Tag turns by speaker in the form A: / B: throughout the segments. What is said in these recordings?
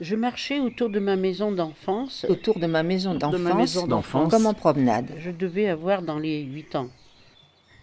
A: Je marchais autour de ma maison d'enfance.
B: autour de ma maison
A: de ma
B: d'enfance,
A: maison
C: d'enfance.
B: comme en promenade.
A: Je devais avoir dans les 8 ans.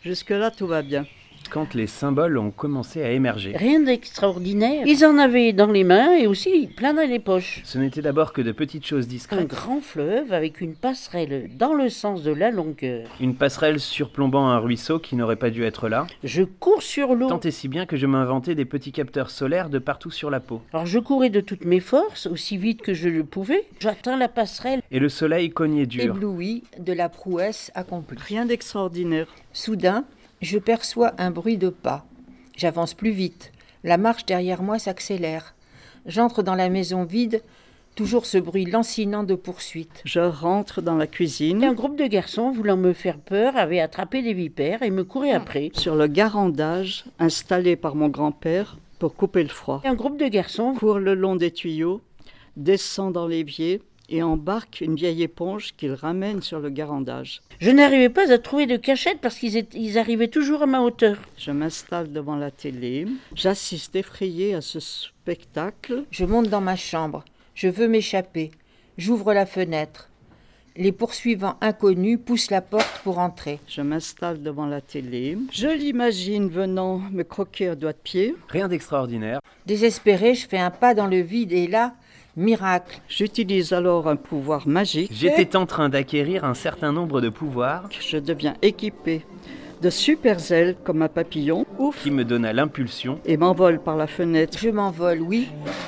D: Jusque-là, tout va bien.
C: Quand les symboles ont commencé à émerger.
A: Rien d'extraordinaire. Ils en avaient dans les mains et aussi plein dans les poches.
C: Ce n'était d'abord que de petites choses
A: Un
C: discrètes.
A: grand fleuve avec une passerelle dans le sens de la longueur.
C: Une passerelle surplombant un ruisseau qui n'aurait pas dû être là.
A: Je cours sur l'eau.
C: Tant et si bien que je m'inventais des petits capteurs solaires de partout sur la peau.
A: Alors je courais de toutes mes forces, aussi vite que je le pouvais. J'atteins la passerelle.
C: Et le soleil cognait dur.
B: Ébloui de la prouesse accomplie.
D: Rien d'extraordinaire.
B: Soudain, je perçois un bruit de pas. J'avance plus vite. La marche derrière moi s'accélère. J'entre dans la maison vide, toujours ce bruit lancinant de poursuite.
D: Je rentre dans la
A: Et un
D: cuisine.
A: groupe de garçons voulant me faire peur avait attrapé des vipères et me courait après.
D: Sur le garandage installé par mon grand-père pour couper le froid.
A: Et un groupe de garçons
D: Court le long des tuyaux, descend dans l'évier et embarque une vieille éponge qu'il ramène sur le garandage.
A: Je n'arrivais pas à trouver de cachette parce qu'ils étaient- ils arrivaient toujours à ma hauteur.
D: Je m'installe devant la télé. J'assiste effrayée à ce spectacle.
B: Je monte dans ma chambre. Je veux m'échapper. J'ouvre la fenêtre. Les poursuivants inconnus poussent la porte pour entrer.
D: Je m'installe devant la télé. Je l'imagine venant me croquer au doigt de pied.
C: Rien d'extraordinaire.
B: Désespéré, je fais un pas dans le vide et là, miracle,
D: J'utilise alors un pouvoir magique.
C: J'étais en train d'acquérir un certain nombre de pouvoirs
D: Je deviens équipée de super ailes comme un papillon. Ouf
C: qui me donna l'impulsion
D: Et m'envole par la fenêtre.
B: je m'envole, oui.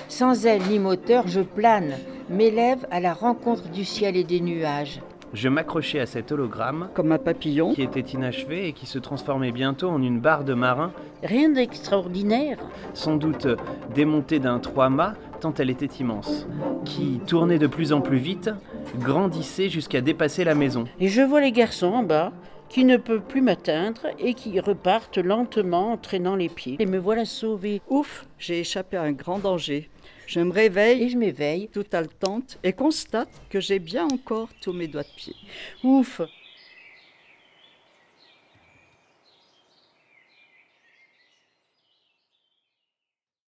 B: Sans aile ni moteur, je plane, m'élève à la rencontre du ciel et des nuages.
C: Je m'accrochais à cet hologramme
D: Comme un papillon.
C: qui était inachevé et qui se transformait bientôt en une barre de marin,
A: Rien d'extraordinaire.
C: sans doute démontée d'un trois-mâts tant elle était immense, qui tournait de plus en plus vite, grandissait jusqu'à dépasser la maison.
A: Et je vois les garçons en bas qui ne peuvent plus m'atteindre et qui repartent lentement en traînant les pieds. Et me voilà sauvée.
D: Ouf J'ai échappé à un grand danger. Je me
B: Et
D: réveille
B: je m'éveille,
D: tout haletante et constate que j'ai bien encore tous mes doigts de pied.
A: Ouf